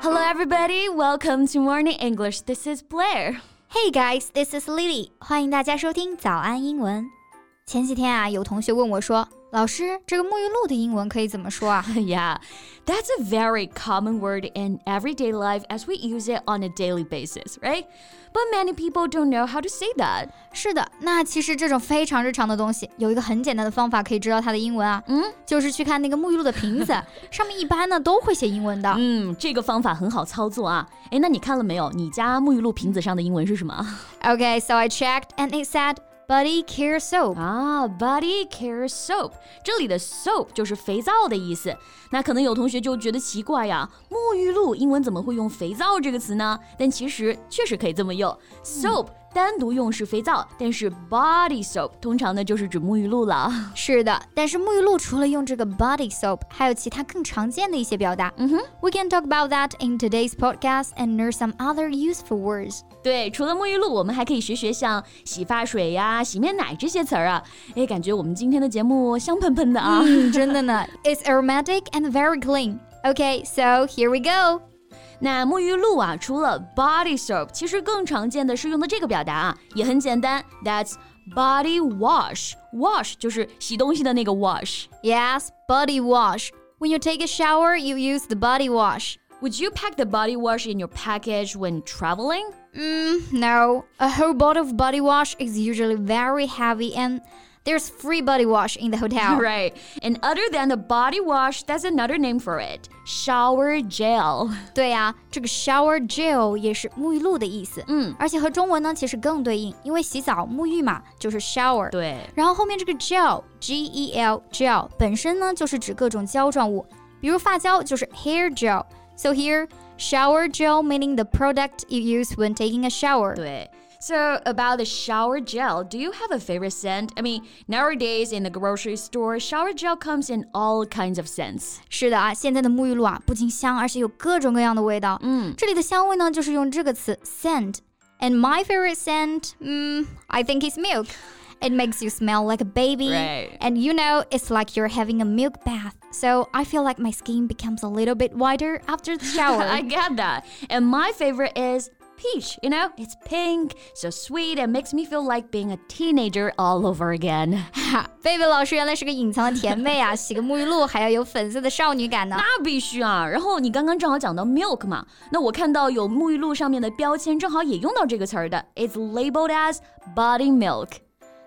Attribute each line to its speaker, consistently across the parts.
Speaker 1: Hello, everybody. Welcome to Morning English. This is Blair.
Speaker 2: Hey guys, this is Lily，欢迎大家收听早安英文。前几天啊，有同学问我说：“老师，这个沐浴露的英文可以怎么 说啊
Speaker 1: yeah, that's a very common word in everyday life as we use it on a daily basis, right? But many people don't know how to say that.？”
Speaker 2: 是的，那其实这种非常日常的东西，有一个很简单的方法可以知道它的英文啊，
Speaker 1: 嗯，
Speaker 2: 就是去看那个沐浴露的 瓶子，上面一般呢都会写英文的。
Speaker 1: 嗯，Hmm, 这个方法很好操作啊。哎，那你看了没有？你家沐浴露瓶子上的英文是什么
Speaker 2: Okay, so I checked and it said body care soap.
Speaker 1: 啊？Body care soap，这里的 soap 就是肥皂的意思。那可能有同学就觉得奇怪呀，沐浴露英文怎么会用肥皂这个词呢？但其实确实可以这么用，soap 单独用是肥皂，但是 body soap 通常呢就是指沐浴露了。
Speaker 2: 是的，但是沐浴露除了用这个 body soap，还有其他更常见的一些表达。
Speaker 1: 嗯哼
Speaker 2: We can talk about that in today's podcast and learn some other useful words.
Speaker 1: 对，除了沐浴露，我们还可以学学像洗发水呀、洗面奶这些词儿啊。哎，感觉我们今天的节目香喷喷的啊。
Speaker 2: It's aromatic and very clean. Okay, so here we go.
Speaker 1: 那沐浴露啊，除了 body soap，其实更常见的是用的这个表达啊，也很简单，that's body wash。wash 就是洗东西的那个 wash。
Speaker 2: Yes, body wash. When you take a shower, you use the body wash.
Speaker 1: Would you pack the body wash in your package when traveling?
Speaker 2: Mm, no, a whole bottle of body wash is usually very heavy, and there's free body wash in the hotel.
Speaker 1: Right. And other than the body wash, that's another name for it. Shower gel.
Speaker 2: 对呀、这个 shower gel 也是沐浴露的意思。
Speaker 1: 嗯，
Speaker 2: 而且和中文呢其实更对应，因为洗澡、沐浴嘛就是 shower。
Speaker 1: 对。
Speaker 2: 然后后面这个 gel g e l gel 本身呢就是指各种胶状物，比如发胶就是 hair gel。So here shower gel meaning the product you use when taking a shower。
Speaker 1: 对。So about the shower gel, do you have a favorite scent? I mean, nowadays in the grocery store, shower gel comes in all kinds of scents.
Speaker 2: 是的啊，现在的沐浴露啊不仅香，而且有各种各样的味道。
Speaker 1: 嗯，
Speaker 2: 这里的香味呢就是用这个词 scent。And my favorite scent, 嗯，I think is milk. It makes you smell like a baby.
Speaker 1: Right.
Speaker 2: And you know, it's like you're having a milk bath. So I feel like my skin becomes a little bit whiter after the shower.
Speaker 1: I get that. And my favorite is peach, you know? It's pink, so sweet, and makes me feel like being a teenager all over again.
Speaker 2: 哈，贝贝老师原来是个隐藏的甜妹啊！ 洗个沐浴露还要有粉色的少女感 呢。
Speaker 1: 那必须啊！然后你刚刚正好讲到 milk 嘛，那我看到有沐浴露上面的标签，正好也用到这个词儿的，It's labeled as body milk。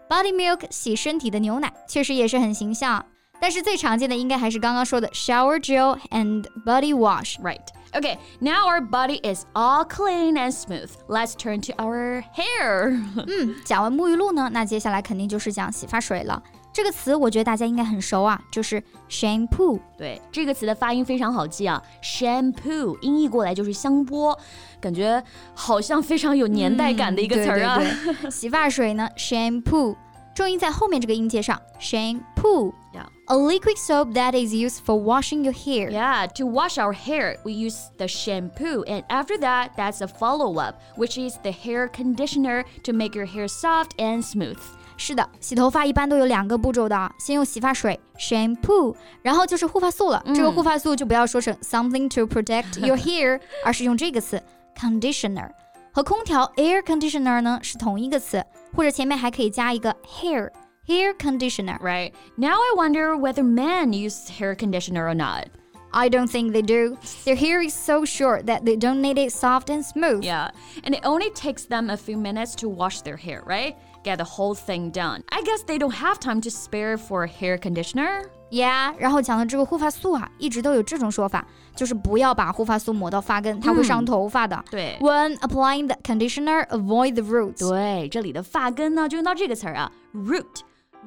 Speaker 2: Body milk 洗身体的牛奶，确实也是很形象。但是最常见的应该还是刚刚说的 shower gel and body wash。
Speaker 1: Right. Okay, now our body is all clean and smooth. Let's turn to our hair.
Speaker 2: 嗯，讲完沐浴露呢，那接下来肯定就是讲洗发水了。这个词我觉得大家应该很熟啊，就是 shampoo。
Speaker 1: 对，这个词的发音非常好记啊，shampoo 音译过来就是香波，感觉好像非常有年代感的一个词儿啊。
Speaker 2: 对对 对洗发水呢，shampoo，重音在后面这个音节上，shampoo。
Speaker 1: Yeah.
Speaker 2: A liquid soap that is used for washing your hair.
Speaker 1: Yeah, to wash our hair, we use the shampoo, and after that, that's a follow up, which is the hair conditioner to make your hair soft and smooth.
Speaker 2: 是的，洗头发一般都有两个步骤的啊，先用洗发水 shampoo，然后就是护发素了。这个护发素就不要说成 something to protect your hair，而是用这个词 conditioner。和空调 air conditioner 呢是同一个词，或者前面还可以加一个 hair hair conditioner。
Speaker 1: Right. Now I wonder whether men use hair conditioner or not.
Speaker 2: I don't think they do. Their hair is so short that they don't need it soft and smooth.
Speaker 1: Yeah, and it only takes them a few minutes to wash their hair, right? Get the whole thing done. I guess they don't have time to spare for hair conditioner.
Speaker 2: Yeah，然后讲的这个护发素啊，一直都有这种说法，就是不要把护发素抹到发根，它会伤头发的。
Speaker 1: 嗯对
Speaker 2: When applying the conditioner, avoid the roots.
Speaker 1: 对，这里的发根呢，就用到这个词儿啊，root。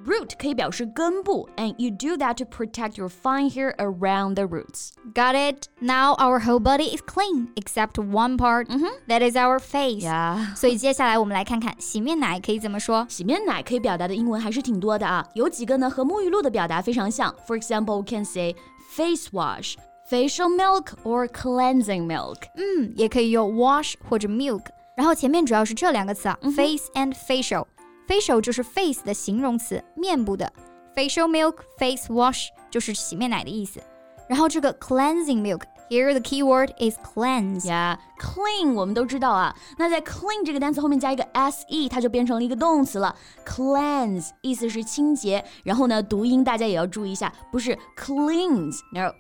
Speaker 1: Root 可以表示根部，and you do that to protect your fine hair around the roots.
Speaker 2: Got it? Now our whole body is clean except one part. that is our face.
Speaker 1: Mm-hmm. Yeah.
Speaker 2: 所以接下来我们来看看洗面奶可以怎么说。
Speaker 1: 洗面奶可以表达的英文还是挺多的啊，有几个呢和沐浴露的表达非常像。For example, we can say face wash, facial milk, or cleansing milk.
Speaker 2: 嗯，也可以用 wash 或者 milk。然后前面主要是这两个词啊、f a c e and facial。facial 就是 face 的形容词，面部的。facial milk、face wash 就是洗面奶的意思。然后这个 cleansing milk Here the key word is cleanse.
Speaker 1: Yeah, clean 我们都知道啊，那在 clean 这个单词后面加一个 se，它就变成了一个动词了。Cleanse 意思是清洁，然后呢，读音大家也要注意一下，不是 cleans，no，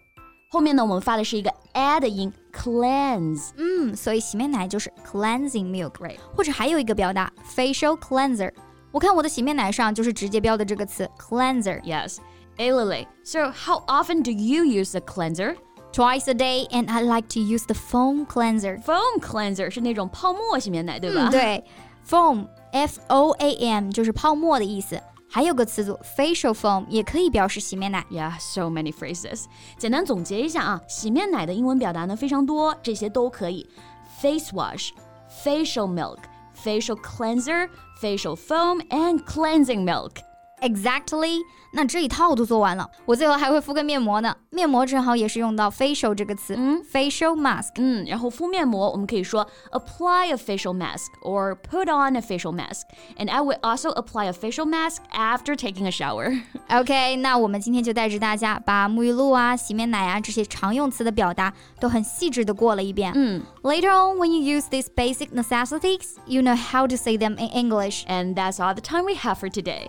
Speaker 1: 后面呢我们发的是一个 a 的音，cleanse。
Speaker 2: 嗯，所以洗面奶就是 cleansing milk。或者还有一个表达 facial cleanser。我看我的洗面奶上就是直接标的这个词 cleanser。
Speaker 1: Yes, a l i l y So how often do you use the cleanser?
Speaker 2: Twice a day, and I like to use the foam cleanser.
Speaker 1: Foam cleanser 是那种泡沫洗面奶，对吧？
Speaker 2: 嗯，对，foam f o a m 就是泡沫的意思。还有个词组 facial foam 也可以表示洗面奶。
Speaker 1: Yeah, so many phrases. 简单总结一下啊，洗面奶的英文表达呢非常多，这些都可以：face wash、facial milk、facial cleanser、facial foam and cleansing milk.
Speaker 2: Exactly，那这一套都做完了，我最后还会敷个面膜呢。面膜正好也是用到 facial 这个词，
Speaker 1: 嗯
Speaker 2: f a c i a l mask。
Speaker 1: 嗯，然后敷面膜，我们可以说 apply a facial mask or put on a facial mask. And I would also apply a facial mask after taking a shower.
Speaker 2: OK，那我们今天就带着大家把沐浴露啊、洗面奶啊这些常用词的表达都很细致的过了一遍。
Speaker 1: 嗯
Speaker 2: Later on, when you use these basic necessities, you know how to say them in English.
Speaker 1: And that's all the time we have for today.